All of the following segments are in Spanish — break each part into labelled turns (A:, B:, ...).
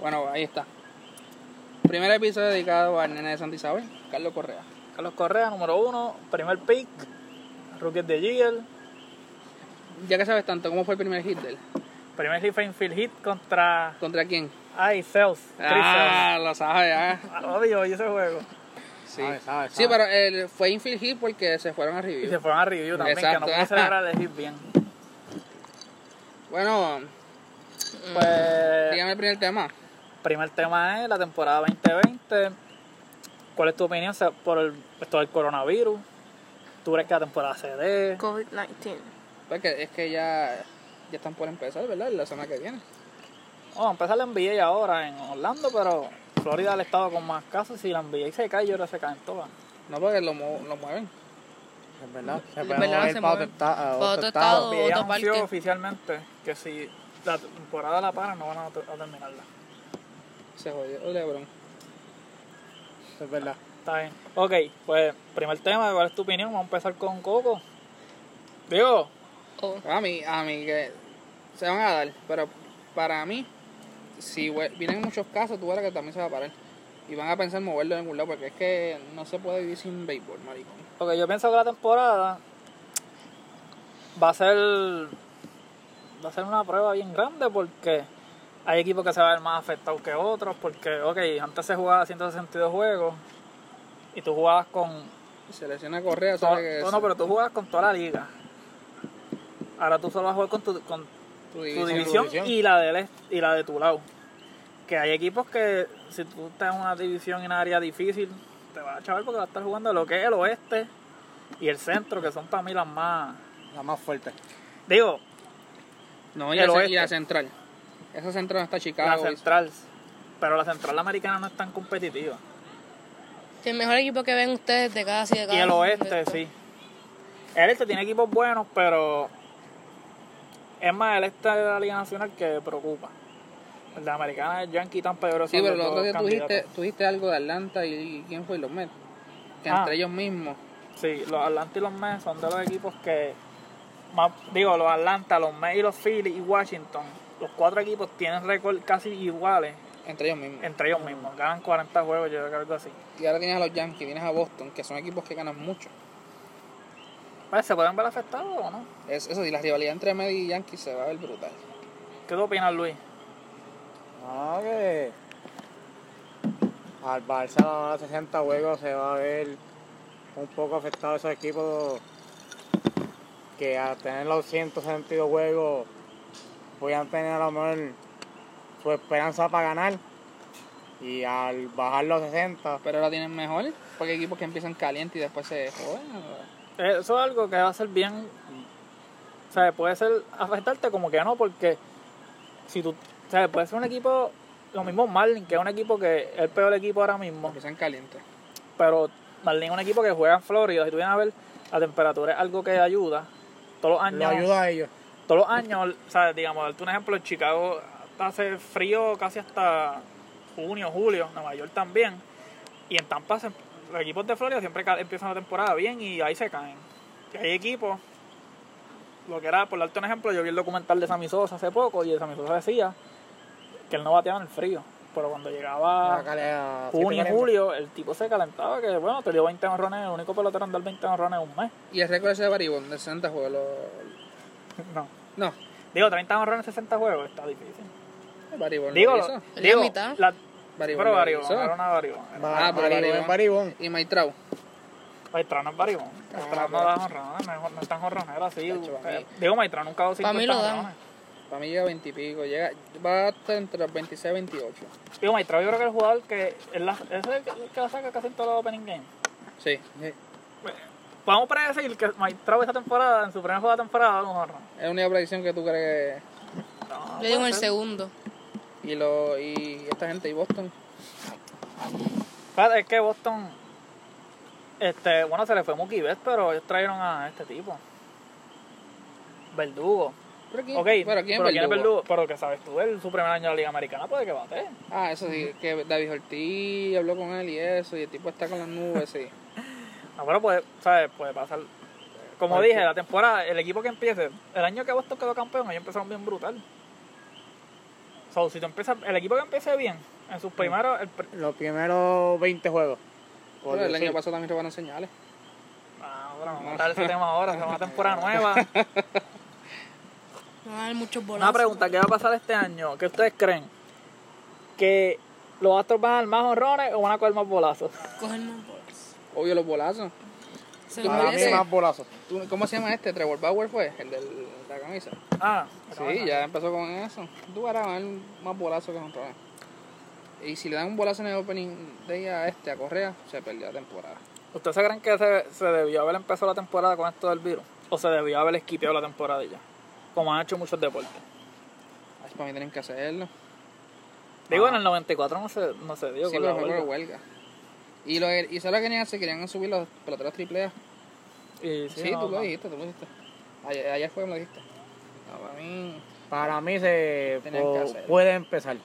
A: Bueno, ahí está. Primer episodio dedicado al nene de Santa Isabel, Carlos Correa.
B: Carlos Correa, número uno, primer pick, rookie de Jiggle,
A: Ya que sabes tanto, ¿cómo fue el primer hit de él?
B: primer hit infield hit contra
A: ¿Contra quién?
B: Ay Zeus, Chris
A: Ah, lo sabes, ah.
B: Zeus. Odio yo ese juego.
A: Sí,
C: Sabe, sabe,
A: sí
C: sabe.
A: pero él fue infield hit porque se fueron a
B: Y
A: review.
B: se fueron a review también,
A: Exacto. Mm.
B: que no pude celebrar el hit bien.
A: Bueno,
B: Pues,
A: dígame el primer tema.
B: primer tema es la temporada 2020. ¿Cuál es tu opinión se- por el, esto del coronavirus? ¿Tú crees que la temporada se dé?
D: COVID-19.
A: Porque es que ya, ya están por empezar, ¿verdad? La semana que viene.
B: Vamos a empezar la NBA ahora en Orlando, pero Florida es el estado con más casos. Si la NBA se cae, yo creo que se caen todas.
A: No porque lo, mu- lo mueven.
C: Es verdad, se
D: Es
C: puede
D: verdad,
C: mover
D: se
C: para
D: mueve.
C: otro esta- a
D: Pa'
C: otro
D: otro
C: estado.
D: estado.
B: NBA
D: otra
B: anunció
D: parte.
B: oficialmente que si la temporada la paran, no van a, a terminarla.
A: Se jodió Lebron.
C: Es verdad.
B: Está bien. Ok, pues primer tema, ¿cuál es tu opinión? Vamos a empezar con Coco. Digo,
D: Oh.
A: Pues A mí, a mí que se van a dar, pero para mí, si hue- vienen muchos casos, tú verás que también se va a parar. Y van a pensar moverlo de algún lado, porque es que no se puede vivir sin béisbol, maricón.
B: porque yo pienso que la temporada va a ser va a ser una prueba bien grande porque hay equipos que se van a ver más afectados que otros porque ok antes se jugaba 162 juegos y tú jugabas con
A: Se lesiona Correa,
B: Toda-
A: ¿sabes que
B: no, no, Pues pero tú jugabas con toda la liga. Ahora tú solo vas a jugar con tu, con
A: tu
B: tu
A: división-
B: división,
C: división.
B: y la del est- y la de tu lado. Que hay equipos que si tú estás en una división en un área difícil, te vas a chaval porque vas a estar jugando lo que es el oeste y el centro, que son para mí las más.
C: La más fuerte.
B: Digo,
A: No, y
B: el
A: la, ce- y
B: oeste.
A: la central. Esa central está
B: la
A: Chicago. y-
B: central. Pero la central americana no es tan competitiva.
D: El mejor equipo que ven ustedes de cada ciudad.
B: Y el oeste, sí. El este tiene equipos buenos, pero es más el este de la Liga Nacional que preocupa. El de Americana, el Yankee tan peor.
A: Sí, pero el otro día tú dijiste, tú dijiste algo de Atlanta y quién fue y los Mets. Que
B: Ah.
A: entre ellos mismos.
B: Sí, los Atlanta y los Mets son de los equipos que. Más, digo, los Atlanta, los Mets y los Phillies y Washington. Los cuatro equipos tienen récord casi iguales
A: Entre ellos mismos.
B: entre ellos mismos. Ganan 40 juegos, yo creo que algo así.
A: Y ahora tienes a los Yankees, tienes a Boston, que son equipos que ganan mucho.
B: Pues, ¿Se pueden ver afectados o no?
A: Es, eso sí, la rivalidad entre Mets y Yankees se va a ver brutal.
B: ¿Qué tú opinas, Luis?
C: Ah, que al Barça a 60 juegos se va a ver un poco afectado esos equipos que al tener los 162 juegos podían tener a lo mejor su esperanza para ganar y al bajar los 60
A: Pero ahora tienen mejores, porque hay equipos que empiezan caliente y después se joden.
B: Eso es algo que va a ser bien. O sea, puede ser afectarte como que no, porque si tú. O sea, puede ser un equipo. Lo mismo Marlin, que es un equipo que es el peor equipo ahora mismo.
A: Empiezan calientes.
B: Pero Marlin es un equipo que juega en Florida. Si tú vienes a ver, la temperatura es algo que ayuda. Todos
A: Ah,
B: los
C: lo
B: años.
C: ayuda a ellos
B: Todos los años, o sea, digamos, darte un ejemplo, en Chicago hace frío casi hasta junio, julio. Nueva York también. Y en Tampa, se- los equipos de Florida siempre ca- empiezan la temporada bien y ahí se caen. Y hay equipos, lo que era, por darte un ejemplo, yo vi el documental de Sammy Sosa hace poco y el Sammy Sosa decía que él no bateaba en el frío, pero cuando
A: Ah.
B: llegaba
C: Acá le- a
B: junio,
C: 740.
B: julio, el tipo se calentaba que, bueno, te dio 20 honrones, el único pelotero en dar 20 honrones en un mes.
A: Y el récord ese de Baribón, de 60 juegos. lo-
B: No.
A: No,
B: Digo, 30 honrones en 60 juegos, está difícil.
A: Baribón.
B: Digo,
A: lo hizo.
D: La
B: digo,
D: mitad.
B: la-
A: Baribón
B: pero
A: lo
B: Baribón,
A: hizo.
B: era una Baribón. Era-
C: Ba-
A: Ah, pero
C: Baribón
A: Baribón.
C: es Baribón.
A: Y Maitrau.
B: Maestrano es Baribón. Maestrano no da honrones, no es- no es tan jonronero así.
A: Tacho, pa' mí-
B: Digo, Maestrano nunca da 50
D: Pa' mí lo dan.
B: jonrones.
A: Para mí llega a 20 y pico. Llega, va hasta entre los 26 y 28.
B: Digo, Maestrano yo creo que el jugador que es, la, es el que- el que la saca casi en todos los opening games.
A: Sí.
B: Vamos para decir que Maestrano esta temporada, en su primer juego de temporada, da un jonrón.
A: Es la única predicción que tú crees.
B: No,
D: Yo digo en
B: puede
D: el
B: ser.
D: segundo.
A: Y, lo, y esta gente y Boston.
B: Espérate, Es que Boston, este, bueno, se le fue Mookie Betts, pero ellos trajeron a este tipo. Verdugo.
A: Pero quién,
B: Ok,
A: pero quién es Verdugo?
B: Pero que sabes tú, él, su primer año en la Liga Americana puede que bate.
A: Ah, eso sí, que David Ortiz habló con él y eso, y el tipo está con las nubes, sí.
B: No, pero puede, ¿sabes? Puede pasar. Como
A: Porque-
B: dije, la temporada, el equipo que empiece, el año que Boston quedó campeón, ellos empezaron bien brutal. So, si tú empiezas, el equipo que empiece bien, en sus primeros, el pr-
C: Los primeros 20 juegos. por
A: Pero el
C: decir.
A: año pasado también robaron señales.
B: Ah, Ahora vamos a tratar ese tema ahora, es una temporada nueva.
D: No van a haber muchos bolazos.
B: Una pregunta, ¿qué va a pasar este año? ¿Qué ustedes creen? ¿Que los Astros van a dar más honrones o van a coger más bolazos?
D: Cogen más bolazos.
A: Obvio, los bolazos.
D: Se lo
A: Para
C: Para mí
D: merecen.
C: más bolazos.
A: ¿Tú- ¿Cómo se llama este? Trevor Bauer fue, el de la camisa.
B: Ah,
A: Sí, ya empezó con eso. Tú ahora vas a dar más bolazo que controlar. Y si le dan un bolazo en el opening de ella a este, a Correa, se perdió la temporada.
B: ¿Ustedes se creen que se, se debió haber empezado la temporada con esto del virus? ¿O se debió haber esquipeado la temporada ya? Como han hecho muchos deportes.
A: Así para mí tienen que hacerlo.
B: Digo, en el 94 no se, no se dio
A: sí,
B: con
A: pero
B: la
A: fue por
B: huelga.
A: huelga. Y, lo, y eso es lo que querían hacer, querían subir los peloteros triple A.
B: Y
A: Sí,
B: no,
A: tú
B: no.
A: lo dijiste, tú lo dijiste. Ayer, ayer fue que me lo dijiste. No, para mí,
C: Para mí se
A: Tenían
C: po-
A: que hacerlo.
C: puede empezar.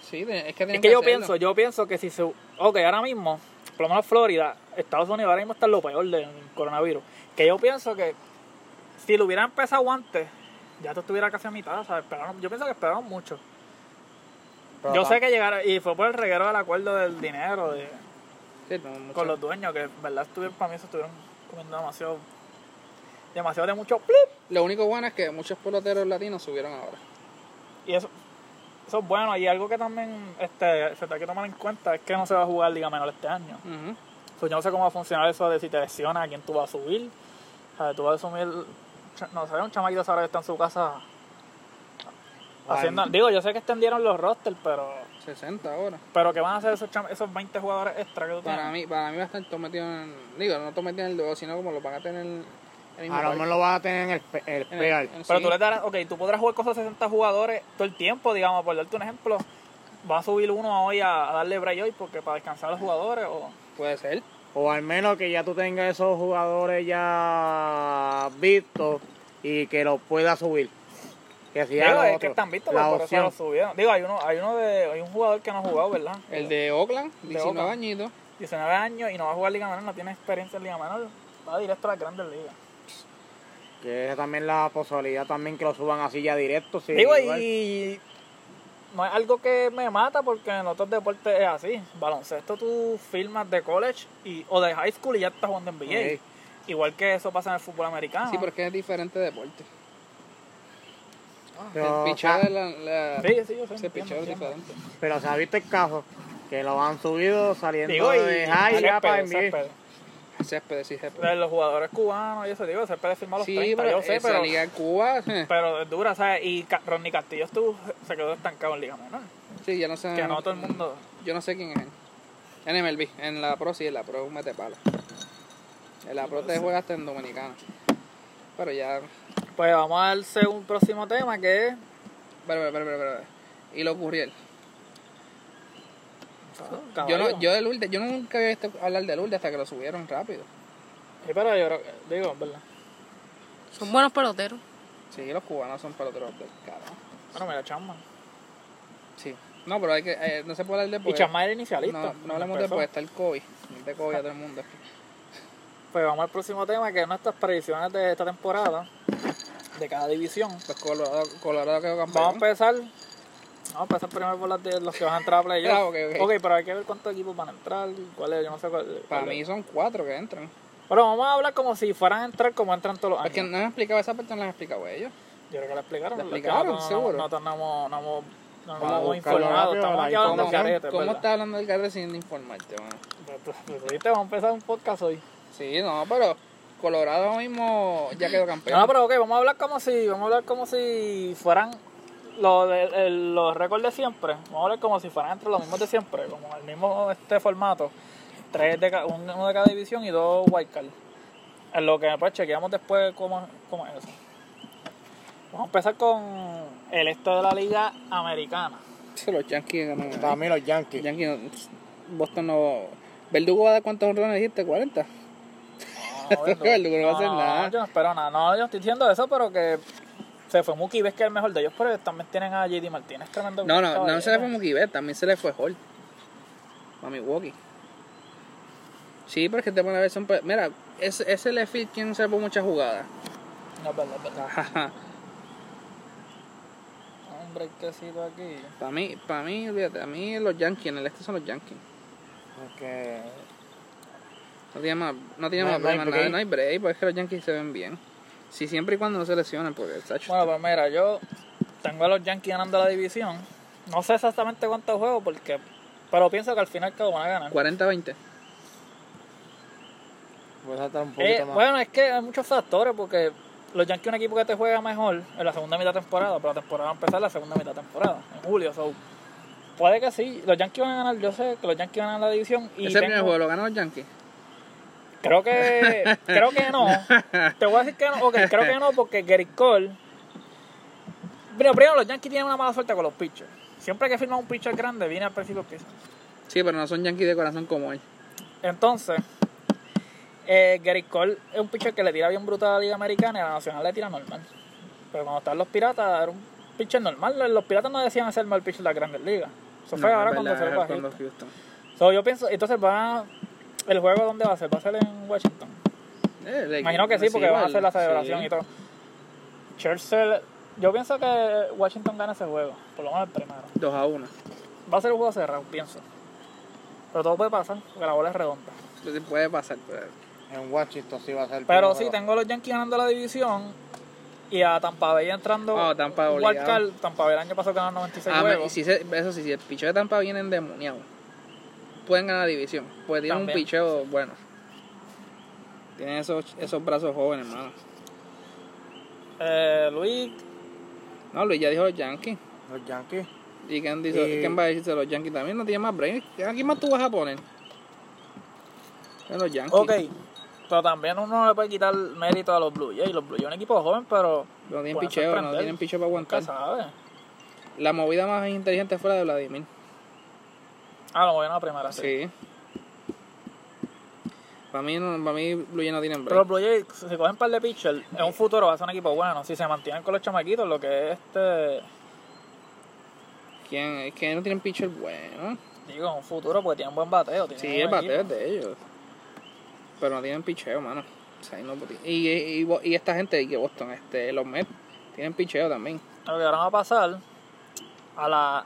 A: sí, te- es que
B: Es
A: tenían
B: que yo
A: hacerlo.
B: pienso, yo pienso que si se... Ok, ahora mismo, por lo menos Florida, Estados Unidos ahora mismo está en lo peor del coronavirus. Que yo pienso que si lo hubiera empezado antes, ya tú estuviera casi a mitad, ¿sabes? Esperaron- yo pienso que esperaron mucho.
C: Pero
B: yo
C: tam-
B: sé que llegaron, y fue por el reguero del acuerdo del dinero de,
A: Sí, no, mucho-
B: con los dueños, que en verdad estuvieron, para mí se estuvieron comiendo demasiado, demasiado de mucho plip.
A: Lo único bueno es que muchos peloteros latinos subieron ahora.
B: Y eso, eso es bueno. Y algo que también este, se te hay que tomar en cuenta es que no se va a jugar Liga Menor este año.
A: Ujú.
B: So, yo no sé cómo va a funcionar eso de si te lesionas, a quién tú vas a subir. O sea, tú vas a asumir. cha- No sé, un chamaquito ahora que está en su casa haciendo.
C: Ay.
B: Digo, yo sé que extendieron los rosters, pero.
A: 60 ahora.
B: Pero ¿qué van a hacer esos, cham- esos 20 jugadores extra que tú tienes?
A: Para mí, para mí va a estar todo metido en. Digo, no todo metido en el dedo, sino como lo van a tener en el
B: Ah,
A: mismo
C: A lo
A: parque.
C: mejor lo vas a tener en el, pe- el
A: En el-
C: pegar.
A: en-
B: Pero
A: sí.
B: tú le darás. Ok, tú podrás jugar con esos 60 jugadores todo el tiempo, digamos, por darte un ejemplo. ¿Va a subir uno hoy a, a darle break hoy porque para descansar a los jugadores? o
A: Puede ser.
C: O al menos que ya tú tengas esos jugadores ya vistos y que los puedas subir. Que si ya
B: Digo,
C: lo
B: es que
C: otro,
B: están vistos,
C: la
B: pero por eso
C: opción.
B: los subieron. Digo, hay uno, hay uno de, hay un jugador que no ha jugado, ¿verdad?
A: El de Oakland,
B: De
A: 19
B: Oakland.
A: añitos.
B: 19 años y no va a jugar Liga Menor, no tiene experiencia en Liga Menor, va directo a las grandes ligas.
C: Que esa también la posibilidad también que lo suban así ya directo. sí,
B: Digo,
C: igual.
B: y no es algo que me mata porque en otros deportes es así. Baloncesto tú firmas de college y, o de high school y ya estás jugando en NBA.
C: Ok.
B: Igual que eso pasa en el fútbol americano.
A: Sí, porque es diferente deporte.
C: Pero,
A: el picheo
C: ah,
A: de la. la-
B: Sí, sí, yo sé,
A: ese
B: entiendo,
A: picheo es
B: entiendo.
A: diferente.
C: Pero se ha visto el caso que lo han subido saliendo
B: Digo, y
C: de high
B: el
C: ya
B: césped,
C: para
B: el
C: NBA.
B: césped.
A: Césped, sí, césped.
B: De los jugadores cubanos y eso, digo, se puede firmar los
A: Sí,
B: 30,
A: pero
B: yo sé,
A: esa
B: pero,
A: liga en Cuba.
B: pero es dura, ¿sabes? Y Ca- Ronnie Castillo estuvo, se quedó estancado en Liga Menor.
A: Sí, ya no sé.
B: Que no todo el mundo...
A: Yo no sé quién es él. En MLB, en la Pro sí, en la Pro es un mete palo. En la Pro te juega hasta en Dominicana. Pero ya.
B: Pues vamos al segundo próximo tema que es.
A: Pero, pero, pero, pero. Y lo ocurrió. Yo, no, yo de Lourdes, yo nunca había visto hablar de Lourdes hasta que lo subieron rápido.
B: Sí, pero yo creo que- Digo, ¿verdad?
D: Son buenos peloteros.
A: Sí, los cubanos son peloteros del carajo.
B: Bueno, mira, Chamba.
A: Sí. No, pero hay que, eh, no se puede hablar de
B: Y
A: pues.
B: Chamba era
A: No,
B: inicialista.
A: no hablemos de
B: Empezó.
A: pues, está el COVID. De COVID a todo el mundo.
B: Pues vamos al próximo tema que es nuestras predicciones de esta temporada. De cada división.
A: Los Colorado, Colorado quedó
B: Vamos a
A: campeón.
B: empezar. Vamos a empezar primero por las de los que van a entrar a playoff.
A: Ah, ok, ok.
B: ok, pero hay que ver cuántos equipos van a entrar. Cuál es, yo no sé cuál.
A: Para
B: cuál
A: mí
B: es.
A: son cuatro que entran.
B: Pero vamos a hablar como si fueran a entrar como entran todos los años.
A: Es que no han explicado esa parte, no la han explicado ellos.
B: Yo creo que lo explicaron.
A: Lo
B: lo que
A: explicaron,
B: no- no-
A: seguro.
B: No tenemos. No, no, no,
C: Vamos a
B: hemos
C: buscarlo
B: informado.
C: rápido,
B: Estamos
C: la
B: aquí hablando
A: ¿Cómo,
C: información.
B: carete.
A: cómo
B: ¿verdad?
A: estás hablando del carrete sin informarte, mano?
B: Pues ahorita vamos a empezar un podcast hoy.
A: Sí, no, pero Colorado ahora mismo ya quedó campeón.
B: No, Ah, pero ok, vamos a hablar como si, vamos a hablar como si fueran lo de- el- los récords de siempre. Vamos a hablar como si fueran entre los mismos de siempre, como el mismo este formato. Tres de ca- un- uno de cada división y dos wildcard. En lo que pues chequeamos después cómo, cómo es eso. Vamos a empezar con el este de la liga americana.
A: Se los Yankees ganaron.
C: Para mí los Yankees.
A: Yankees, no- Boston no. Verdugo va a dar cuántos honrones dijiste, 40.
B: No, Verdugo.
A: Verdugo no va a hacer nada.
B: Yo no espero nada. No, yo estoy diciendo eso, pero que se fue Muki, ves que es el mejor de ellos, pero también tienen a JD Martínez, tremendo.
A: No, no, no
B: caballero.
A: se le fue Mukibet, también se le fue Hall. A Milwaukee. Sí, pero es que te van a ver son. pe- Mira, ese, ese left field, ¿quién salvó muchas jugadas?
B: No, es verdad, es verdad.
A: Ajá.
B: Ah, un brequecito aquí.
A: Para mí, para mí, olvídate, a mí los Yankees, en el este son los Yankees.
C: Porque
A: No tiene más, no tiene
C: No,
A: más
C: no hay
A: problema,
C: break.
A: nada, no hay break, porque es que los Yankees se ven bien. Si siempre y cuando no se lesionen, porque Sacho,
B: Bueno, pues mira, yo tengo a los Yankees ganando la división. No sé exactamente cuántos juegos, porque pero pienso que al final que lo van a ganar.
A: 40-20.
C: voy a saltar un
B: Eh,
C: poquito más.
B: bueno, es que hay muchos factores, porque los Yankees es un equipo que te juega mejor en la segunda mitad de temporada, pero la temporada va a empezar en la segunda mitad de temporada, en julio. So. Puede que sí, los Yankees van a ganar, yo sé que los Yankees van a ganar la división. Y
A: Ese
B: tengo-
A: primer juego lo ganan los Yankees.
B: Creo que, creo que no. Te voy a decir que no. Ok, creo que no porque Gary Cole. Pero primero, los Yankees tienen una mala suerte con los pitchers. Siempre que firman un pitcher grande, viene al principio que
A: Sí, pero no son Yankees de corazón como él.
B: Entonces, eh, Gary Cole es un pitcher que le tira bien brutal a la Liga Americana y a la Nacional le tira normal. Pero cuando estaban los Piratas, era un pitcher normal. Los Piratas no decían hacer mal pitcher de las grandes ligas. Eso fue
A: No,
B: ahora
A: es
B: cuando
A: verdad,
B: se
A: es
B: lo bajó.
A: cuando Houston.
B: So, yo pienso, entonces va. ¿El juego dónde va a ser? ¿Va a ser en Washington?
A: Eh, le-
B: Imagino que sí, porque van a hacer la
A: sí.
B: celebración y todo. Churchill, yo pienso que Washington gana ese juego, por lo menos el primero.
A: 2 a 1.
B: Va a ser un juego cerrado, pienso. Pero todo puede pasar, porque la bola es redonda.
A: Entonces Pues puede pasar. Pero...
C: En Washington sí va a ser. el
B: Pero
C: primero.
B: sí, tengo a los Yankees ganando la división y a Tampa Bay entrando.
A: Oh, Tampa
B: un
A: obligado.
B: wildcard. Tampa Bay el año pasado ganó 96
A: Ah, me-
B: juegos.
A: si se- eso sí, si el picheo de Tampa viene endemoniado, pueden ganar la división. Porque tienen
B: También.
A: un picheo bueno. Tienen esos, esos brazos jóvenes, hermano.
B: Eh, Luis,
A: No, Luis ya dijo los Yankees.
C: Los Yankees.
A: ¿Y quién, dice,
B: Eh.
C: Y-
A: quién va a decirse los Yankees también? No tiene más brain. ¿A quién más tú vas a poner? Es los Yankees.
B: ok. Pero también uno le puede quitar mérito a los Blue Jays. Los Blue Jays son un equipo joven, pero.
A: No tienen
B: Pueden
A: picheo, no
B: sorprender.
A: tienen picheo para
B: Nunca
A: aguantar.
B: sabes.
A: La movida más inteligente fue la de Vladimir.
B: Ah, lo voy a la primera, sí.
A: Sí. Para mí, no, para mí, Blue Jays no tienen
B: Pero los
A: break.
B: Blue Jays, si cogen par de pitchers, en un futuro va a ser un equipo bueno. Si se mantienen con los chamaquitos, lo que es este.
A: ¿Quién, es que no tienen pitcher bueno.
B: Digo, en un futuro, porque tienen buen bateo. Tienen
A: Sí,
B: buen
A: el bateo
B: equipo.
A: es de ellos. Pero no tienen picheo, mano. O sea, ahí no, y, y, y- y esta gente de Boston, este, los Mets, tienen picheo también.
B: Lo que ahora va a pasar a la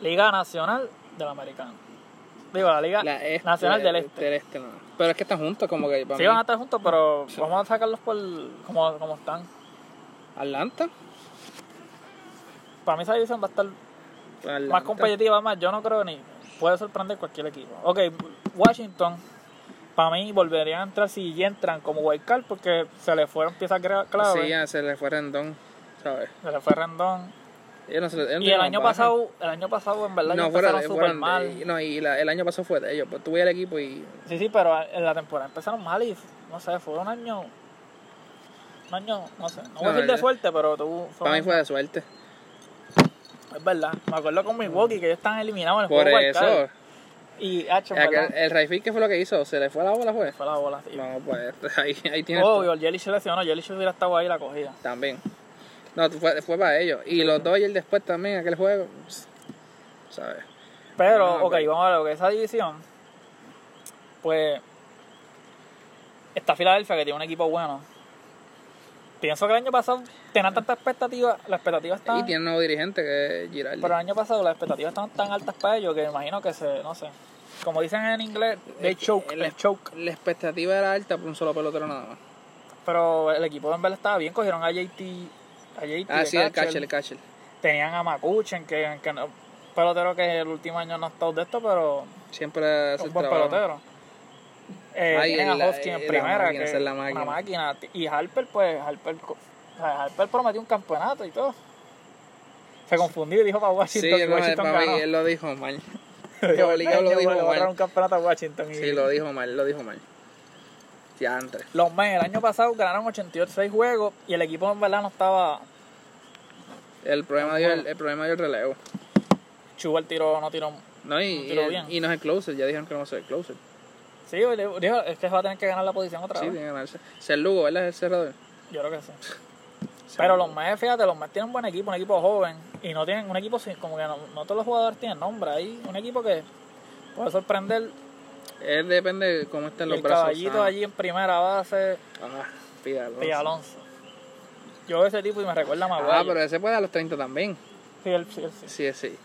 B: Liga Nacional del Americano. Digo, la Liga
A: La este-
B: Ah, Nacional del Este.
A: del este, no. Pero es que están juntos, como que para
B: Sí,
A: mí,
B: van a estar juntos, pero vamos a sacarlos por como, como están.
A: Atlanta.
B: Para mí esa división va a estar
A: Atlanta.
B: más competitiva, más yo no creo ni puede sorprender cualquier equipo. Ok, Washington, para mí volverían a entrar si ya entran como wildcard porque se le fueron piezas gra- clave,
A: Sí, ya se le fue Rendón, ¿sabes?
B: se le fue Rendón.
A: Ellos no se le- ellos no
B: Y el
A: se
B: año
A: bajan.
B: pasado, el año pasado en verdad
A: no,
B: no,
A: fuera
B: empezaron
A: de,
B: súper
A: fueron de-
B: mal.
A: no, y la- el año pasado fue de ellos, pues tuve el equipo y
B: Sí, sí, pero en la temporada empezaron mal y no sé, fue un año. Un año, no sé. No voy
A: No,
B: a decir de
A: yo-
B: suerte, pero tú. fue
A: para mí
B: un-
A: fue de suerte.
B: Es verdad. Me acuerdo con Milwaukee que ellos están eliminados en el
A: Por
B: juego
A: eso,
B: wildcard. Y H,
A: aquel- el Rayfield, ¿qué fue lo que hizo? ¿Se le fue la bola, fue?
B: fue la bola. sí.
A: No,
B: Oh,
A: pues ahí, ahí tienes tú.
B: Obvio, el Jelly se lesionó. Jelly hubiera estado ahí la cogida.
A: También. No, fue, fue para ellos. Y los Dodgers después también, aquel juego. pss, ¿Sabes?
B: Pero,
A: No,
B: ok,
A: pero-
B: vamos a ver lo que esa división. Pues. Está Filadelfia que tiene un equipo bueno. Pienso que el año pasado tenían tanta expectativa. La expectativa está.
A: Y tiene un nuevo dirigente que es Girardi.
B: Pero el año pasado las expectativas estaban tan altas para ellos que me imagino que se, no sé. Como dicen en inglés, they choke,
A: el-
B: they choke.
A: La expectativa era alta por un solo pelotero nada más.
B: Pero el equipo de Denver estaba bien, cogieron a JT. A JT
A: Ah,
B: de
A: sí, el
B: catcher.
A: catcher, el catcher.
B: Tenían a Makuchen, que, que no, pelotero que el último año no ha estado de esto, pero
A: Siempre hace
B: es
A: el
B: un buen
A: trabajo.
B: pelotero. Eh,
A: Ay,
B: tienen
A: el-
B: a Hoskin en
A: la
B: primera,
A: máquina,
B: que
A: esa es la
B: una
A: máquina.
B: máquina. Y Harper, pues, Harper, co- o sea, Harper prometió un campeonato y todo. Se confundió y dijo para
A: Sí,
B: Washington y
A: él, no,
B: Washington
A: para mí,
B: ganó.
A: él lo dijo mal.
B: Digo,
A: Obligado lo
B: "Leño,
A: dijo
B: le voy a
A: mal".
B: dar un campeonato a Washington. y-
A: Sí, lo dijo mal, lo dijo mal. Diantre.
B: Los Mets el año pasado ganaron 86 juegos y el equipo en verdad no estaba...
A: El problema dio el, el problema dio el relevo.
B: Schubert tiró, no tiró...
A: No, y,
B: Tiró
A: y-
B: bien.
A: y no es el closer, ya dijeron que no es el closer.
B: Sí, le- dijo, es que va a tener que ganar la posición otra
A: Sí,
B: vez.
A: tiene que ganarse. Ser Lugo, ¿verdad? Es el cerrador.
B: Yo creo que sí. Pero los Mets, fíjate, los Mets tienen un buen equipo, un equipo joven. Y no tienen un equipo sin- como que no, no todos los jugadores tienen nombre. Hay un equipo que puede sorprender.
A: Él depende de cómo estén
B: Y
A: los
B: el
A: brazos. ah.
B: caballito
A: sanos.
B: allí en primera base,
A: Ah, Pídalo.
B: Pia Alonso. Yo veo ese tipo y me recuerda a
A: Ah,
B: Maguire.
A: pero ese puede a los 30 también.
B: Sí, él sí, él sí.
A: Sí, sí.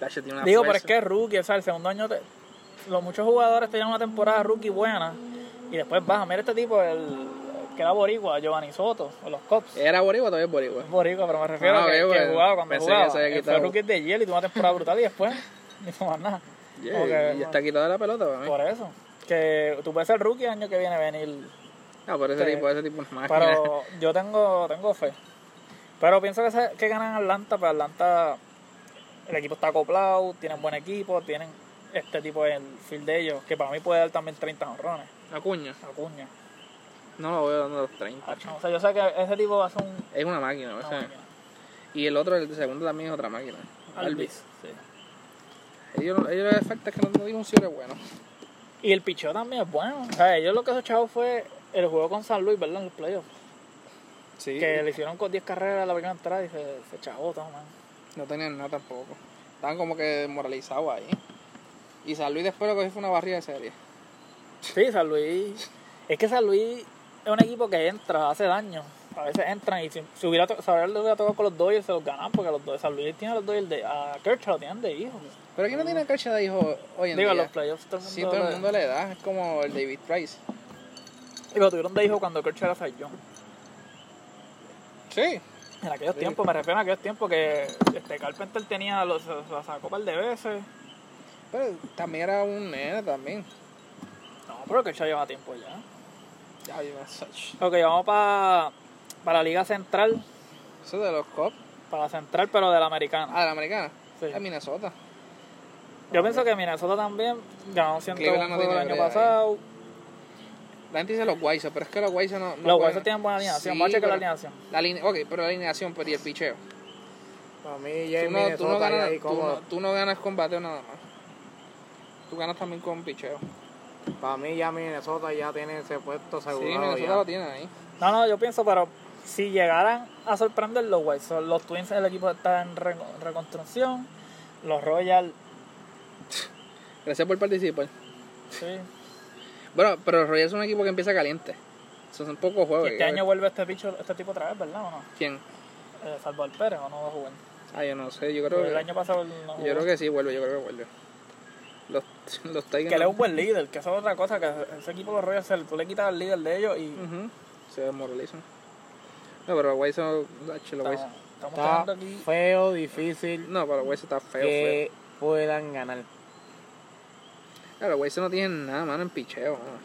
A: Tacho tiene una
B: Digo, pero
A: fuerza.
B: es que es rookie, o sea, el segundo año, te- los muchos jugadores tenían una temporada rookie buena y después baja. Mira este tipo, el, el que era boricua, Giovanni Soto, o los Cops.
A: ¿Era boricua o todavía es boricua?
B: Es boricua, pero me refiero
A: Ah,
B: a que,
A: ok,
B: que
A: bueno.
B: jugaba cuando
A: Pensé que
B: jugaba.
A: se había
B: Él fue
A: quitado.
B: rookie de hielo y tuvo una temporada brutal y después ni hizo más nada.
A: Yeah,
B: Ok,
A: y
B: bueno.
A: está quitado de la pelota para mí.
B: Por eso. Que tú puedes ser rookie el año que viene venir.
A: No, por Ah, ese
B: Sí.
A: tipo, ese tipo
B: Ah,
A: es máquina.
B: Pero yo tengo, tengo fe. Pero pienso que, se- que ganan Atlanta, pero Atlanta, el equipo está acoplado, tienen buen equipo, tienen este tipo en el field de ellos, que para mí puede dar también 30 honrones,
A: Acuña.
B: Acuña.
A: No lo veo dando los 30.
B: Acho, O sea, yo sé que ese tipo hace un...
A: Es una máquina, o
B: una
A: sea.
B: máquina.
A: Y el otro, el segundo también es otra máquina.
B: Alvis, sí.
A: Ellos, ellos les falta es que no no digan un cierre bueno.
B: Y el picheo también es bueno. O sea, ellos lo que esos chavos fue el juego con San Luis, ¿verdad? En los playoffs.
A: Sí.
B: Que le hicieron con 10 carreras a la primera entrada y se, se chavó todo, man.
A: No tenían nada tampoco. Estaban como que desmoralizados ahí. Y San Luis después lo que hizo fue una barrida de serie.
B: Sí, San Luis. Es que San Luis es un equipo que entra, hace daño. A veces entran y si, si hubiera, to- si hubiera- hubiera tocado con los Dodgers se los ganan porque los Dodgers, San Luis tiene a los Dodgers de. A Kershaw lo tienen de hijo.
A: Pero aquí no tiene cancha de hijo hoy en
B: Mm. Digo,
A: día.
B: los playoffs todo el mundo.
A: Sí, todo
B: lo-
A: el mundo le da. Es como el David Price.
B: Y lo tuvieron de hijo cuando Kershaw era Cy Young.
A: Sí.
B: En aquellos
A: Sí.
B: tiempos, me refiero a aquellos tiempos que este Carpenter tenía, los, la sacó un par de veces.
A: Pero también era un nene también.
B: No, pero Kershaw lleva tiempo ya.
A: Ya, yo no sé. Eso
B: Ok, vamos para para la Liga Central,
A: de los Cops.
B: para la Central, pero de la Americana.
A: Ah, de la americana.
B: Sí.
A: De Minnesota.
B: Yo pienso que Minnesota también ganó 101
A: Cleveland no
B: juegos el
A: tiene
B: año
A: brea ahí.
B: pasado.
A: La gente dice los Guayos, pero es que los Guayos no. no
B: Los
A: juegan.
B: Guayos tienen buena alineación.
A: Sí,
B: Vamos a checar
A: pero-
B: la alineación.
A: La line- ok, pero la alineación, pero y el picheo.
C: Para mí, ya
A: Tú
C: en
A: no, tú, no
C: Minnesota ya
A: ganas,
C: ahí
A: tú, no,
C: cómodo.
A: tú no ganas con bateo nada más. Tú ganas también con picheo.
C: Para mí, ya Minnesota ya tiene ese puesto
A: Sí,
C: asegurado.
A: Minnesota
C: ya.
A: lo tiene ahí.
B: No, no, yo pienso, pero si llegaran a sorprender los White Sox, los Twins, el equipo está en re- reconstrucción. Los Royals,
A: Gracias por participar.
B: sí.
A: Bueno, pero los Royals es un equipo que empieza caliente. Eso son pocos
B: Y
A: juegos.
B: este
A: que-
B: año vuelve este bicho, este tipo otra vez, ¿verdad o no?
A: ¿Quién?
B: Eh, Salvador Pérez, ¿o no va a jugar?
A: Ah, yo no sé. Yo creo,
B: Porque el
A: que,
B: año pasado él no jugó.
A: yo creo que sí vuelve. Yo creo que vuelve. Los, los Tigers.
B: Que él es
A: no-
B: un buen líder, que eso es otra cosa, que ese equipo de los Royals, el- tú le quitas al líder de ellos y
A: Ujú. Se desmoralizan. No, pero los White Sox- Ach, los White
B: estamos,
A: Sox-
B: estamos teniendo
C: Está
B: aquí.
C: feo, difícil
A: No, para los White Sox está feo, feo.
C: que puedan ganar.
A: Claro, los White Sox no tienen nada, mano, en picheo. mano.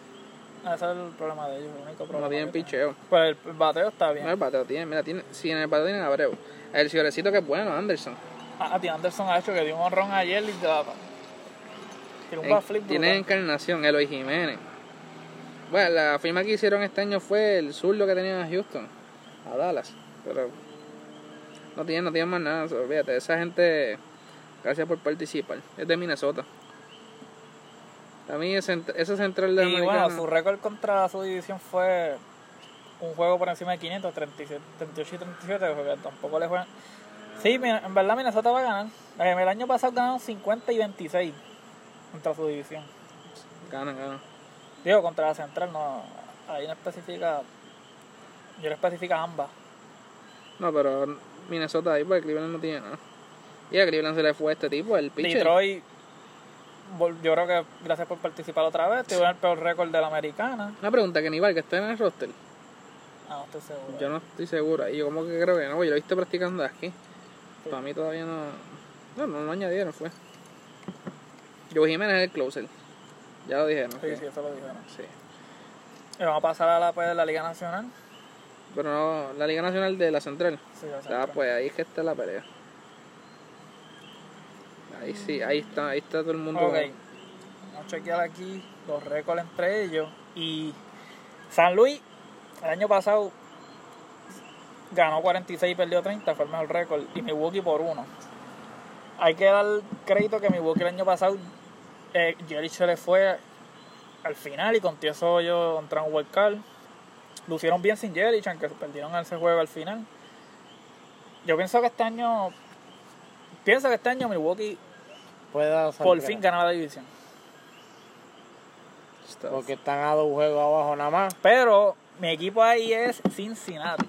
B: Ah, Ese es el problema de ellos, el único problema.
A: No tienen
B: que tienen.
A: picheo.
B: Pues el bateo está
A: No, el
B: bien.
A: bateo tiene, mira, tiene, si en el bateo tienen a Abreu. El ciorecito que es bueno, Anderson.
B: Ah, Tim Anderson ha hecho que dio un honrón ayer y te la... Tiene un
A: En-
B: backflip
A: tiene
B: brutal.
A: encarnación, Eloy Jiménez. Bueno, la firma que hicieron este año fue el zurdo que tenían a Houston, a Dallas. Pero no tienen, no tienen más nada, so, olvídate. Esa gente, gracias por participar. Es de Minnesota. A mí ese cent- esa central de
B: Y bueno, su récord contra su división fue un juego por encima de 500, 37, 38 y 37, o sea, que tampoco le juegan. Sí, mi- en verdad Minnesota va a ganar. Eh, El año pasado ganaron 50 y 26 contra su división.
A: ganan, ganan.
B: Digo, contra la central, no. Ahí no especifica. Yo no especifica ambas.
A: No, pero Minnesota ahí, porque Cleveland no tiene nada. Y a Cleveland se le fue este tipo, el pitcher.
B: Detroit, vol- yo creo que gracias por participar otra vez. Tuvieron el peor récord de la americana.
A: Una pregunta, que Nival, que está en el roster.
B: Ah, no estoy seguro.
A: Yo no estoy segura. Y yo como que creo que no, porque yo lo he visto practicando aquí. Para mí todavía no... No, no lo añadieron, fue. Joe Jiménez es el closer. Ya lo dijeron.
B: Sí,
A: que-
B: sí, eso lo dijeron.
A: sí.
B: Y vamos a pasar a la, pues, la Liga Nacional.
A: Pero no, la Liga Nacional de la Central.
B: Sí, la
A: O sea,
B: Central.
A: pues ahí es que está la pelea. Ahí sí, ahí está, ahí está todo el mundo.
B: Ok. Vamos a chequear aquí los récords entre ellos. Y San Luis, el año pasado, ganó 46 y perdió 30, fue el mejor récord. Y Milwaukee por uno. Hay que dar crédito que Milwaukee el año pasado, eh, Jerry se le fue al final y con eso yo contra un wildcard. Lucieron bien sin Jerry, aunque perdieron ese juego al final. Yo pienso que este año. Pienso que este año Milwaukee
C: Pueda
B: por
C: sorprender.
B: fin ganó la división.
A: Está-
C: Porque están a dos juegos abajo nada más.
B: Pero mi equipo ahí es Cincinnati.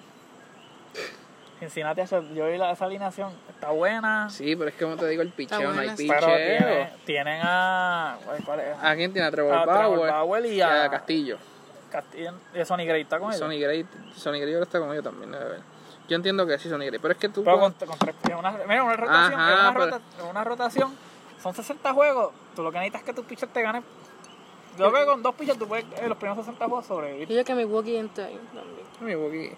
B: Cincinnati, eso- yo vi la, esa alineación, está buena.
A: Sí, pero es que como te digo, el picheo, no hay
D: buena.
B: pero tiene-
A: picheo.
B: tienen a. ¿cuál- ¿Cuál es?
A: ¿A quién tiene? A Trevor,
B: A Trevor
A: Bauer,
B: Bauer y
A: y a
B: a-
A: Castillo.
B: Castillo, eh, Sonny Gray está con ellos.
A: Sonny Gray, Sonny Gray ahora está con ellos también, debe haber. Yo entiendo que sí, Sonny Gray, pero es que tú...
B: Pero con,
A: cuando-
B: con tres- en una, mira, una rotación,
A: Ajá,
B: en una,
A: pero-
B: rota- en una rotación, son 60 juegos, tú lo que necesitas es que tus pitchers te ganen. Yo creo que con dos pitchers tú puedes en los primeros 60 juegos sobrevivir.
D: Yo que Milwaukee entra ahí también.
A: Milwaukee-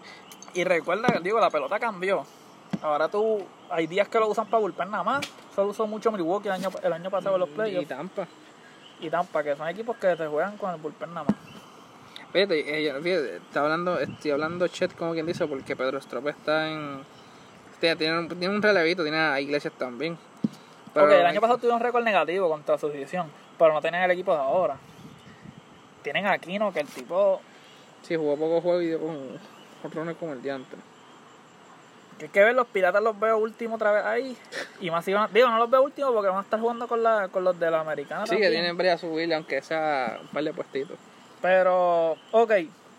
B: Y recuerda, digo, la pelota cambió. Ahora tú, hay días que lo usan para bullpen nada más. Solo usó mucho Milwaukee el año, el año pasado en los
A: y
B: playoffs.
A: Tampa.
B: Y Tampa, que son equipos que te juegan con el bullpen nada más.
A: Fíjate, eh, fíjate, está hablando, estoy hablando chat como quien dice, porque Pedro Estrope está en... Hostia, tiene, un- tiene un relevito, tiene a Iglesias también. Pero
B: Porque el año pasado tuvieron un récord negativo contra su división, pero no tienen el equipo de ahora. Tienen a Aquino, que el tipo
A: Sí, jugó poco juego y dio con jonrones como el diante.
B: Ah, Que hay que ver, los piratas los veo último otra vez ahí. Y más si van a- digo, no los veo último porque van a estar jugando con, la, con los de la americana.
A: Sí, que
B: también.
A: tienen varias subirle, aunque sea un par de puestitos.
B: Pero, ok,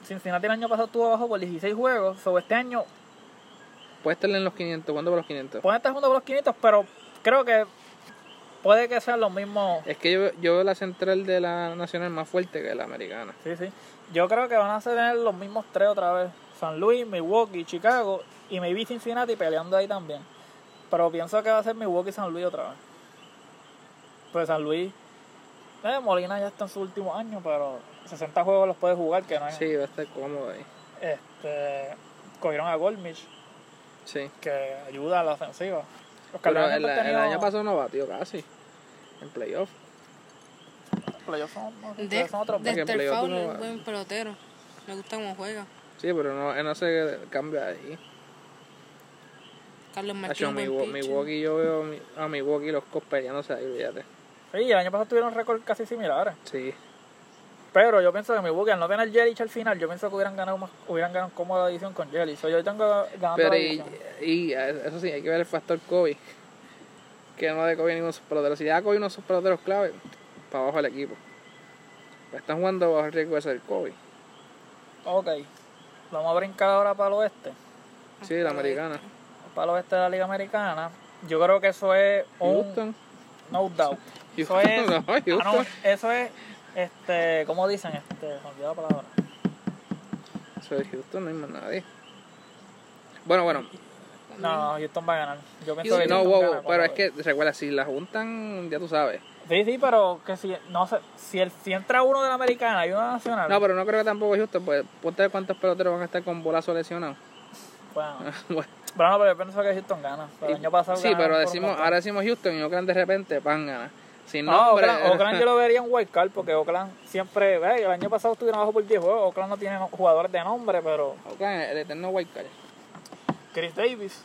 B: Cincinnati el año pasado estuvo abajo por 16 juegos. Sobre este año,
A: Puede estarle en los 500, ¿cuándo por los 500?
B: pueden estar junto por los 500, pero creo que puede que sean los mismos.
A: Es que yo, yo veo la central de la nacional más fuerte que la americana.
B: Sí, sí. Yo creo que van a ser los mismos tres otra vez. San Luis, Milwaukee, Chicago y maybe Cincinnati peleando ahí también. Pero pienso que va a ser Milwaukee y San Luis otra vez. Pues San Luis, eh, Molina ya está en su último año, pero 60 juegos los puede jugar, que no es.
A: Sí, va a estar cómodo ahí.
B: Este, cogieron a Golmich,
A: Sí.
B: que ayuda a la ofensiva.
A: Pero
B: Los Cardenales
A: el,
B: siempre han
A: el
B: tenido-
A: año pasado no batió casi. En playoff.
B: playoffs son- no,
D: De,
B: playoffs son otros
A: de-
D: Dexter
A: playoff tú
D: Fowler,
A: no
D: un buen pelotero. Me gusta cómo juega.
A: Sí, pero no, él no se cambia ahí.
D: Carlos Martín,
A: Hacho,
D: un buen
A: Milwa-
D: pitcher.
A: Milwaukee, yo veo mi- a Milwaukee los cos peleándose ahí, fíjate.
B: Sí, el año pasado tuvieron récords casi similares.
A: Sí.
B: Pero yo pienso que Milwaukee, al no tener Yelich al final, yo pienso que hubieran ganado más, hubieran ganado cómoda la división con Yelich. So, yo tengo ganando
A: Pero
B: la
A: y,
B: división.
A: y eso sí, hay que ver el factor COVID. Que no de COVID ninguno de sus peloteros. Si ya COVID uno de sus peloteros clave, para abajo el equipo. Pero están jugando bajo el riesgo de ser COVID.
B: Ok. Vamos a brincar ahora para el oeste.
A: Sí, la americana.
B: Para el oeste de la Liga Americana. Yo creo que eso es un
A: Houston.
B: no doubt. Oh, Eso
A: Houston,
B: es,
A: no,
B: ah, no,
A: Houston.
B: eso es, este, ¿cómo dicen? Este, se me olvidó la palabra.
A: Eso de Houston no hay más nadie. Bueno, bueno.
B: No, no, Houston va a ganar. Yo pienso que
A: No,
B: Houston
A: wow,
B: gana
A: wow,
B: con
A: pero
B: la-
A: es que recuerda, si la juntan, ya tú sabes.
B: Sí, sí, pero que si, no sé, si, el, si entra uno de la Americana y uno de la Nacional,
A: No, pero no creo que tampoco Houston, pues ponte cuántos peloteros van a estar con bolazo lesionado.
B: bueno,
A: Bueno,
B: bueno, pero yo pienso que Houston gana. Pero el año pasado
A: sí,
B: ganaron por
A: pero
B: un
A: decimos,
B: montón.
A: ahora decimos Houston y Oakland de repente van ganar. Sin
B: No,
A: nombre. eh,
B: Oakland, Oakland yo lo vería en wild card porque Oakland siempre, ve, el año pasado estuvieron abajo por 10 juegos, Oakland no tiene no- jugadores de nombre, pero
A: Oakland, el eterno wild card.
B: Chris Davis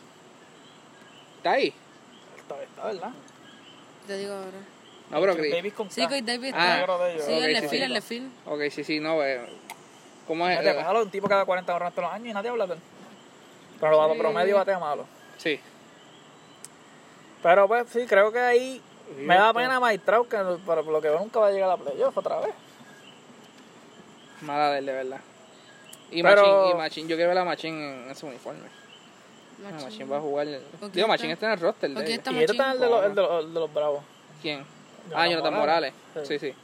A: Está ahí.
B: está, está ¿verdad?
D: Te digo ahora.
A: No, pero
B: Chris
A: Chris.
B: Davis con
D: Sí,
B: K.
D: Chris Davis
A: Ah,
D: está.
B: negro de ellos.
D: sí,
A: ok,
D: el
A: sí,
D: lefil,
A: sí.
D: el lefil.
A: Ok, sí, sí, no. eh, ¿Cómo es? Eh,
B: Fíjate, pájalo, un tipo cada 40 horas todos los años y nadie habla de él. Pero bajo promedio batea malo.
A: Sí.
B: Pero pues sí, creo que ahí me da pena Maitrao que no- pero por lo que veo nunca va a llegar a la playoff otra vez.
A: Mala de él, de verdad. Y
B: Pero-
A: Machín, y Machín, yo quiero ver a Machín en, en su uniforme. No, Machín, va a jugar.
D: Ok,
A: Digo, Machín está
D: está-
A: en el roster.
D: ok,
A: de ellos.
D: está-
B: Y este está el de los, el de los, el de los bravos.
A: ¿Quién?
B: Jonathan
A: Ah, Jonathan Morales.
B: Morales.
A: Sí, sí. Sí,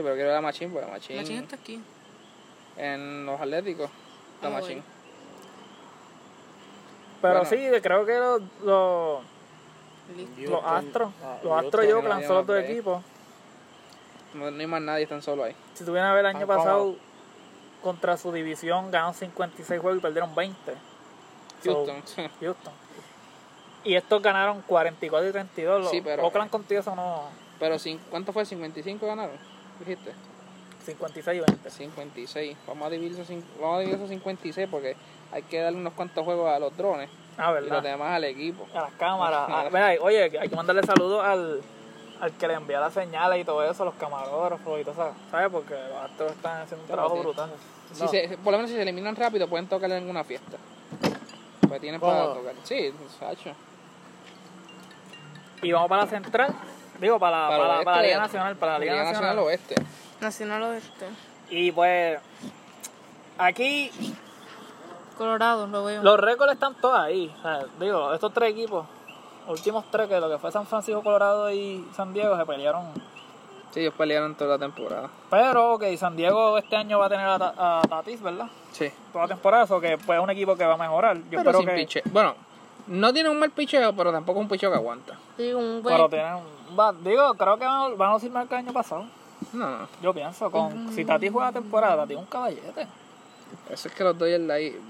A: pero quiero ver a Machín, porque Machín,
D: Machín está aquí.
A: en los Atléticos está
D: Ah,
A: Machín.
B: Pero
A: Bueno.
B: sí, creo que los, los,
D: Listo.
B: los astros,
C: ah,
B: los astros y
A: Houston,
B: Oakland
A: no
B: son los dos
A: tiene break.
B: equipos.
A: No, no hay más nadie, están solo ahí.
B: Si tú vienes a ver el año
C: Ah,
B: pasado contra su división ganaron 56 juegos y perdieron 20. So,
A: Houston.
B: Houston. Y estos ganaron 44 y 32. Los
A: Sí, pero-
B: Oakland contigo son unos
A: pero, cin- ¿cuánto fue? ¿55 ganaron? Dijiste.
B: 56 y 20.
A: 56. Vamos a dividir esos, cin- vamos a dividir esos 56 porque hay que darle unos cuantos juegos a los drones
B: Ah,
A: y los
B: verdad.
A: demás al equipo.
B: A las cámaras. Ah, ven ahí, oye, hay que mandarle saludos al, al que le envía las señales y todo eso, los camarógrafos y todo eso. ¿Sabes? Porque los astros están haciendo un trabajo
A: tío.
B: brutal.
A: Si
B: No.
A: se- por lo menos si se eliminan rápido pueden tocarle en una fiesta. Pues tienen para
C: Cómodo.
A: tocar. Sí, Sacho.
B: Y vamos para la central. Digo, para,
A: Para
B: para,
A: el
B: para la
A: oeste.
B: Liga Nacional. Para la Liga,
A: Liga Nacional
B: Nacional
A: Oeste.
D: Nacional Oeste.
B: Y pues aquí
D: Colorado, lo veo.
B: Los récords están todos ahí. O sea, digo, estos tres equipos, últimos tres, que lo que fue San Francisco, Colorado y San Diego, se pelearon.
A: Sí, ellos pelearon toda la temporada.
B: Pero, ok, San Diego este año va a tener a, Ta- a Tatis, ¿verdad?
A: Sí.
B: Toda la temporada, o que pues es un equipo que va a mejorar. Yo
A: pero
B: espero
A: sin
B: que.
A: piche. Bueno, no tiene un mal picheo, pero tampoco un picheo que aguanta.
D: Sí, un buen.
B: Pero tienen. un- va- digo, creo que van a- van a ser más que el año pasado.
A: No, no.
B: Yo pienso, con, si Tatis juega temporada, Tatis es un caballete.
A: Eso es que los doy el ahí.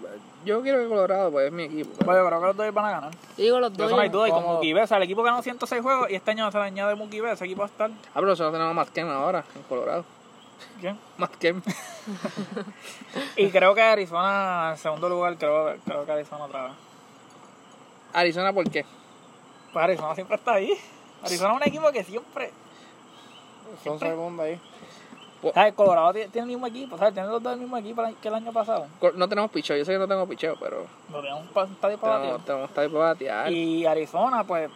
A: Yo quiero que Colorado, pues es mi equipo. pero-
B: Pues yo creo que los dos van a ganar.
D: Digo, los
B: De
D: dos.
B: eso no hay duda. Y con
C: ¿cómo?
B: Mookie Betts, o sea, el equipo ganó 106 juegos y este año se le añade Mookie Betts, ese equipo va a estar.
A: Ah, pero nosotros tenemos a Matt Kemp ahora, en Colorado.
B: ¿Quién?
A: Matt Kemp.
B: Y creo que Arizona, en segundo lugar, creo, creo que Arizona otra vez.
A: Arizona, ¿por qué?
B: Pues Arizona siempre está ahí. Arizona es un equipo que siempre.
C: Son segundos ahí.
B: ¿Sabes? Colorado tiene, tiene el mismo equipo, ¿sabes? Tiene los dos el mismo equipo que el año pasado.
A: Col- No tenemos picheo. Yo sé que no tengo picheo, pero
B: No tenemos un pa- un estadio para
A: tenemos,
B: batir.
A: tenemos estar para batear.
B: Y Arizona, pues.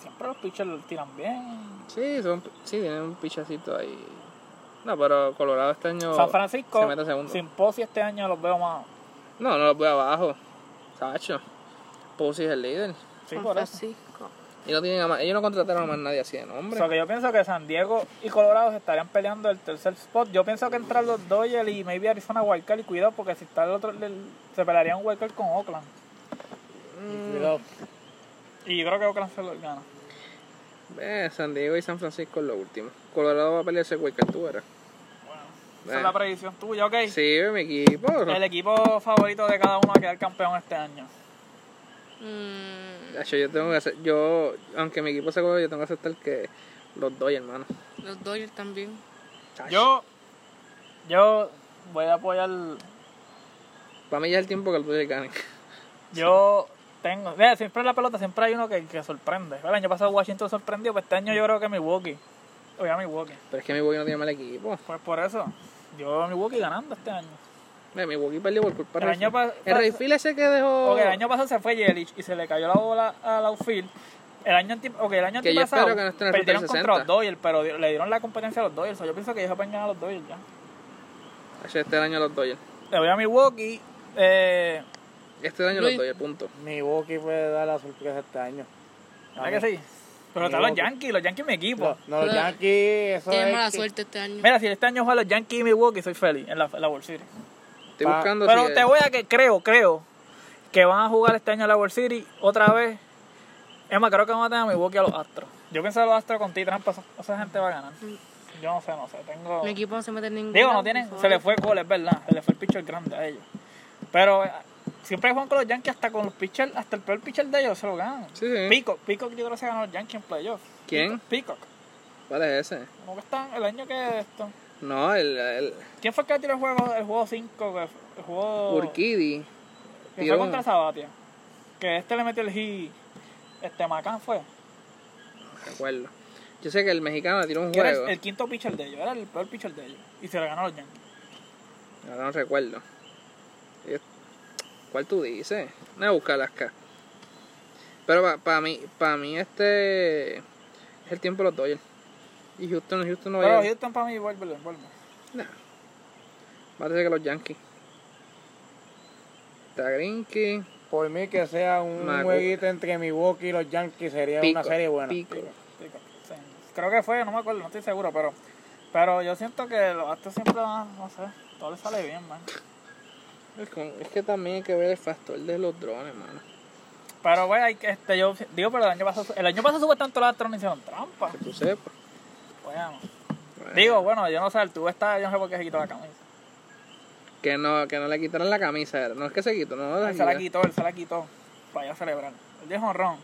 B: Siempre los pitchers tiran bien.
A: Sí, son, sí, tienen un pichacito ahí. No, pero Colorado este año.
B: San Francisco,
A: se mete segundo.
B: sin Pozzi este año los veo más.
A: No, no los voy abajo. Sacho. Posey es el líder.
B: Sí,
D: San
B: por eso.
D: Francisco.
A: Y no tienen a más- ellos no contrataron a más nadie así de nombre.
B: O sea, que yo pienso que San Diego y Colorado se estarían peleando el tercer spot. Yo pienso que entrar los Dodgers y maybe Arizona Wildcard y cuidado porque si está el otro, el- se pelearían Wildcard con Oakland.
A: Mm.
C: Cuidado.
B: Y yo creo que Oakland se lo gana.
A: Eh, San Diego y San Francisco es lo último. Colorado va a pelearse con que tú eras.
B: Esa es la predicción tuya, ok.
A: Eh. Sí, mi equipo.
B: El equipo favorito de cada uno a quedar campeón este año.
D: Mm,
A: Nacho, yo tengo que hacer, yo, aunque mi equipo se coló, yo tengo que aceptar que los doy, hermano.
D: los Dodgers también.
B: Yo, yo voy a apoyar.
A: Para mí ya es el tiempo que el Dodgers gane.
B: Yo tengo. Mira, siempre en la pelota siempre hay uno que, que sorprende. El año pasado Washington sorprendió, pero este año yo creo que Milwaukee. Voy a Milwaukee.
A: Pero es que Milwaukee no tiene mal equipo.
B: Pues por eso, yo Milwaukee ganando este año.
A: Mira, Milwaukee Eh, perdió por culpa
B: El
A: de
B: año
A: Rayfield.
B: pas-
A: El Rayfield ese que dejó...
B: Ok, el año pasado se fue Yelich y se le cayó la bola al outfield. El año, anti- ok, el año
A: Que yo
B: antipasado
A: espero que no esté en el Ruta
B: perdieron
A: del
B: contra
A: 60.
B: los Doyle, pero di- le dieron la competencia a los Doyle. so yo pienso que ellos se pueden ganar a los Doyle ya.
A: Nacho, este año los Dodgers.
B: Le voy a Milwaukee. Eh,
A: Este año
D: Luis.
A: los Dodgers, punto.
C: Milwaukee puede dar la sorpresa este año.
B: ¿Verdad que sí? Pero están los
C: Milwaukee.
B: Yankees, los Yankees mi equipo.
C: No, no,
D: Pero-
C: los Yankees, eso
D: Tiene
C: es
D: mala
C: que-
D: suerte este año.
B: Mira, si este año juegan los Yankees y Milwaukee, soy feliz en la, en la World Series.
A: Estoy
C: Pa-
A: buscando
B: Pero
A: si...
B: te voy a que creo, creo que van a jugar este año en la World Series otra vez. Es más, creo que van a tener a Milwaukee a los Astros. Yo pienso que los Astros con Titran, esa gente va a ganar. Yo no sé, no sé. Tengo...
D: Mi equipo no se mete en ningún.
B: Digo, no
D: lado,
B: tienen,
D: por
B: se le
D: favor.
B: fue gol, es verdad, se le fue el pitcher grande a ellos. Pero eh, siempre juegan con los Yankees, hasta con los pitchers, hasta el peor pitcher de ellos se lo ganan.
A: Sí, sí.
B: Peacock, Peacock yo creo que se ganó los Yankees en playoff.
A: ¿Quién?
B: Peacock.
A: ¿Cuál es ese?
B: ¿Cómo que están el año que esto?
A: No, el... el
B: ¿Quién fue el que tiró el juego, el juego 5? El juego...
A: Urquidi.
B: que
A: tiró
B: fue
A: un-
B: contra Sabatia. Que este le metió el hit. Este Macán fue.
A: No recuerdo. Yo sé que el mexicano le tiró un
B: Que era
A: juego.
B: el, el quinto pitcher de ellos, era el peor pitcher de ellos. Y se lo ganó a los Yankees.
A: Ahora no recuerdo. Yo- ¿Cuál tú dices? No voy a buscarlas acá. Pero para mí, para mí este es el tiempo de los Dodgers. Y Houston, Houston no va
B: Pero
A: a llegar.
B: Houston para mí vuelve, vuelve.
A: Nah. Va a tener que los Yankees. Está Greinke,
C: Por mí que sea un
A: Macu-
C: jueguito entre Milwaukee y los Yankees sería
A: Pico,
C: una serie buena.
A: Pico.
B: Pico, sí. Creo que fue, no me acuerdo, no estoy seguro, pero pero yo siento que los actos siempre van, no sé, todo les sale bien, man.
A: Es que- Es que también hay que ver el factor de los drones, mano.
B: Pero güey, hay que- este, yo digo, pero el año pasado, el año pasado supuestamente tanto los astros no hicieron trampa.
A: Que tú sepas.
B: Bueno.
A: Bueno,
B: Digo, bueno, yo no sé, tú está, yo no sé por qué se quitó la camisa.
A: Que no, que no le quitaran la camisa. era. No es que se quitó, no la
B: Él se la
A: quita.
B: quitó, él se la quitó para ir a celebrar. Él dijo ron.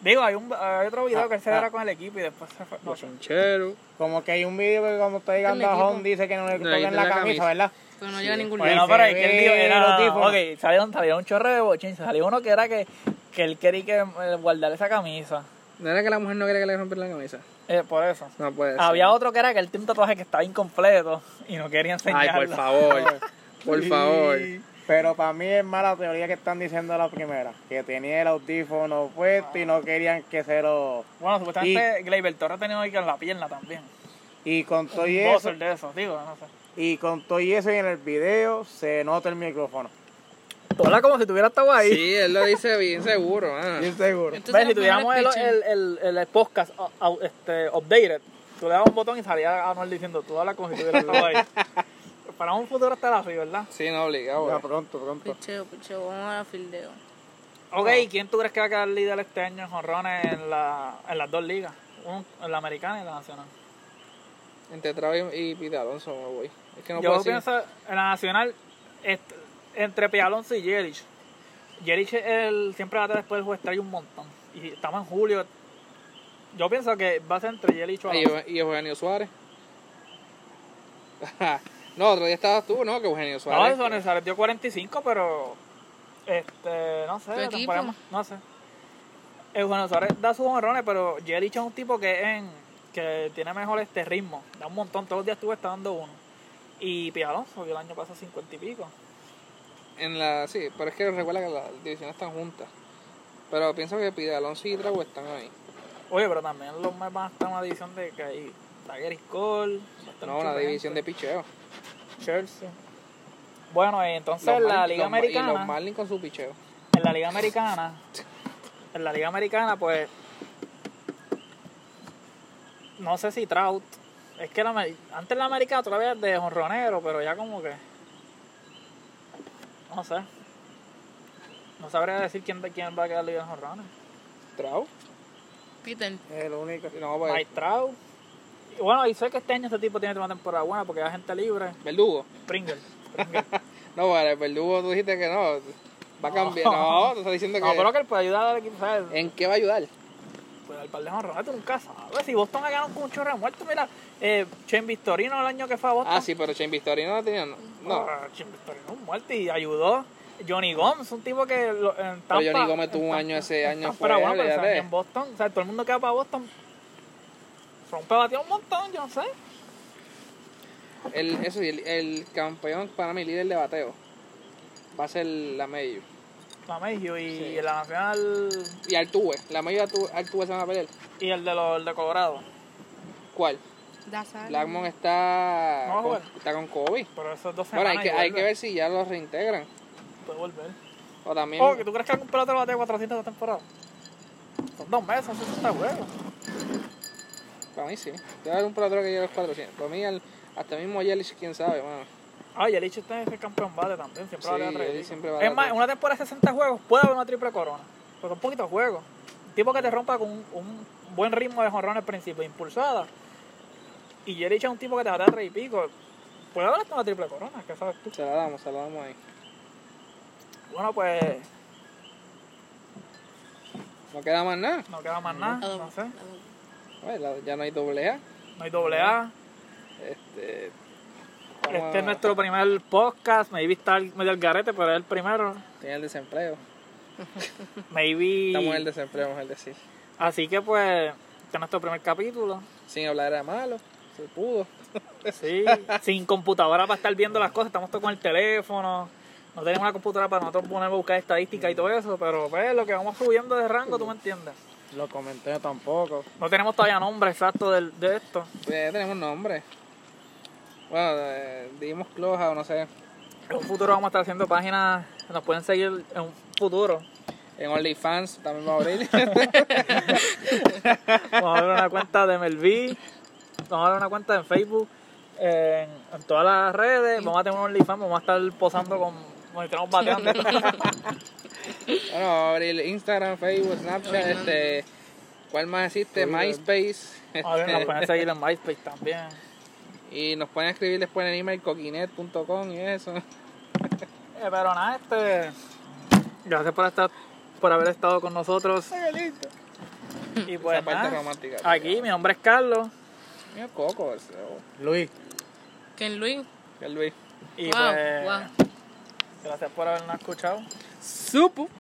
B: Digo, hay, un, hay otro video que él celebra con el equipo y después se fue. No sé.
A: Bochinchero.
C: Como que hay un vídeo que cuando está llegando
D: Este
C: a
D: es mi
C: home dice que no le
A: No,
C: toquen
A: quiten
C: la,
A: la
C: camisa,
A: camisa.
C: ¿verdad?
D: Pero no llega a ningún
B: Bueno, pues,
D: lado.
B: no, pero es que él dijo,
C: ve
B: era,
C: los tifos.
B: ok, salieron, salieron un chorro de bochinches, salió uno que era que, que él quería que, eh, guardar esa camisa,
A: ¿No era que la mujer no quería que le rompieran la camisa?
B: eh, por eso.
A: No puede ser.
B: Había otro que era que él tiene un tatuaje que estaba incompleto y no
A: Ay,
B: quería enseñarlo.
A: por favor. por favor.
C: Pero para mí es mala teoría que están diciendo la primera, que tenía el audífono puesto y no querían que se lo...
B: Bueno, supuestamente Gleyber Torres ha tenido ahí con la pierna también.
C: Y con todo y
B: Un
C: eso,
B: buzzer de esos, digo, no sé.
C: y con todo y eso y en el video se nota el micrófono.
B: Tú hablas como si tuviera estado ahí.
A: Sí, él lo dice bien seguro. ah.
C: Bien seguro.
D: Estos
B: ¿Ves?
D: son
B: Si
D: los
B: tuviéramos el,
D: mejores pitching.
B: el, el, el podcast uh, uh, este, updated, tú le dabas un botón y salía Anuel diciendo, tú hablas como si tuviera estado ahí. Para un futuro estar así, ¿verdad?
A: Sí, no, obligado.
C: Ya,
A: güey.
C: pronto, pronto.
D: Picheo, picheo, vamos a fildeo.
B: Ok, ¿quién tú crees que va a quedar líder este año en jonrones en, la, en las dos ligas? Uno, en la americana y en la nacional.
A: Entre Travis y Pete Alonso me voy. Es que no
B: Yo
A: puedo decir.
B: pienso en la nacional est- entre Pialonso y Jerich. Jerich es el, siempre va a después del juez trae un montón. Y estamos en julio. Yo pienso que va a ser entre Jerich o
A: Ah, y
B: Alonso.
A: Euge- y Eugenio Suárez. no, otro día estabas tú, ¿no? Que Eugenio
B: No,
A: Suárez.
B: eso Suárez dio 45, pero. Este, no sé.
D: Tu
B: la
D: equipo.
B: temporada- No sé. Eugenio Suárez da sus honrones, pero Jerich es un tipo que es en, que tiene mejor este ritmo. Da un montón. Todos los días estuve está dando uno. Y Pialonso, que el año pasado 50 y pico.
A: En la, sí, pero es que recuerda que las divisiones están juntas. Pero pienso que Pete Alonso y Drago están ahí.
B: Oye, pero también los Mets van a estar en una división de que hay Tiger Cole. va a estar
A: No,
B: mucha
A: una
B: gente,
A: división de picheo.
B: Chelsea. Bueno, eh, entonces
A: Los
B: en la
A: Marlins-
B: Liga
A: los Ma- Y los
B: Americana.
A: Marlins con su picheo.
B: En la Liga Americana. En la Liga Americana, pues. No sé si Trout. Es que la, Amer- antes la Americana todavía es de jonronero, pero ya como que. No sé. No sabría decir quién, quién va a quedar líder en jonrones.
A: Trau.
D: Peter,
C: Es lo único.
A: No, pues,
B: Mike Trout. Y Bueno, y sé que este año este tipo tiene una temporada buena porque hay gente libre.
A: Verdugo.
B: Pringle. Pringle.
A: No, para el Verdugo tú dijiste que no. Va a cambiar. No, tú estás diciendo
B: no,
A: que.
B: pero que él puede ayudar al equipo, ¿sabes?
A: ¿En qué va a ayudar?
B: Puede dar un par de jonrones, tú nunca sabes. Si Boston ha ganado con un chorro de muerto, mira, eh, Chen Victorino el año que fue a Boston.
A: Ah, sí, pero Shane Victorino no tenía. No. no.
B: Ah, Chen Victorino un muerto y ayudó. Johnny Gomes, un tipo que lo- en Tampa...
A: Johnny Gomes tuvo
B: en
A: un
B: Tampa-
A: año ese
B: en
A: año
B: Tampa
A: fuera,
B: era bueno, pero, o sea,
A: olvídate.
B: en Boston, o sea, todo el mundo que va para Boston... Rompe batió un montón, yo no sé.
A: El, eso sí, el, el campeón para mi líder de bateo va a ser la Mayu.
B: La Mejio y la Nacional
A: Y Artube. La Mayu y Artu- Artube se van a pelear.
B: y el de, los, el de Colorado.
A: ¿Cuál?
D: Dazal.
A: Blackmon está,
B: No va
A: con,
B: a jugar.
A: está con COVID.
B: Pero esos dos
A: Bueno,
B: semanas
A: hay que,
B: y
A: hay que
B: vuelve.
A: ver si ya los reintegran.
B: Puede volver.
A: O también.
B: Oh, que tú crees que algún pelotero bate 400 esta temporada. Son dos meses, son 60 juegos.
A: Para mí sí. Debe haber un pelotero que llegue a los 400. Para mí, el- hasta mismo Yelich, quién sabe, mano.
B: Ah, y el hecho este es el campeón bate también, siempre
A: Sí,
B: va a
A: él
B: traer.
A: siempre va a
B: Es más,
A: batear.
B: en una temporada de 60 juegos puede haber una triple corona. Pero son poquitos juegos. Un tipo que te rompa con un, un buen ritmo de jonrón al principio, impulsada. Y Yelich es un tipo que te va a dar y pico. Puede haber hasta una triple corona, que sabes tú.
A: Se la damos, se la damos ahí.
B: Bueno, pues
A: No queda más nada.
B: no queda más nada, no sé.
A: Oye, la- ya no hay doble A.
B: No hay doble A.
A: Este. vamos
B: Este
A: a-
B: es nuestro primer podcast. Maybe está medio al garete, pero es el primero.
A: Tiene el desempleo.
B: Maybe.
A: Estamos en el desempleo, vamos a decir.
B: Así que pues, este es nuestro primer capítulo.
A: Sin hablar era malo. Se pudo. Pues,
B: Sí. Sin computadora para estar viendo las cosas, estamos todos con el teléfono. No tenemos una computadora para nosotros poner a buscar estadísticas y todo eso, pero pues lo que vamos subiendo de rango, tú me entiendes.
C: Lo comenté tampoco.
B: No tenemos todavía nombre exacto del- de, esto.
A: Ya tenemos nombre. Bueno, eh, dimos cloja o no sé.
B: En un futuro vamos a estar haciendo páginas, nos pueden seguir en un futuro.
A: En OnlyFans también va a abrir.
B: Vamos a abrir una cuenta de Melví, vamos a abrir una cuenta en Facebook, en, en todas las redes, vamos a tener un OnlyFans, vamos a estar posando con, como si estamos bateando.
A: bueno, va a abrir Instagram, Facebook, Snapchat, este. ¿Cuál más existe? MySpace.
B: A ver, nos
A: este,
B: pueden seguir en MySpace también.
A: y nos pueden escribir después en el email coquinet.com y eso.
B: Eh, pero nada, este. Gracias por estar, por haber estado con nosotros. Y pues
A: Esa parte
B: nada,
A: romántica.
B: aquí mi nombre es Carlos
A: Mira, Coco, ese, oh,
C: Luis,
D: Ken Luis.
A: el Luis.
B: y
D: Wow,
B: pues
D: wow.
B: gracias por habernos escuchado.
A: Supu.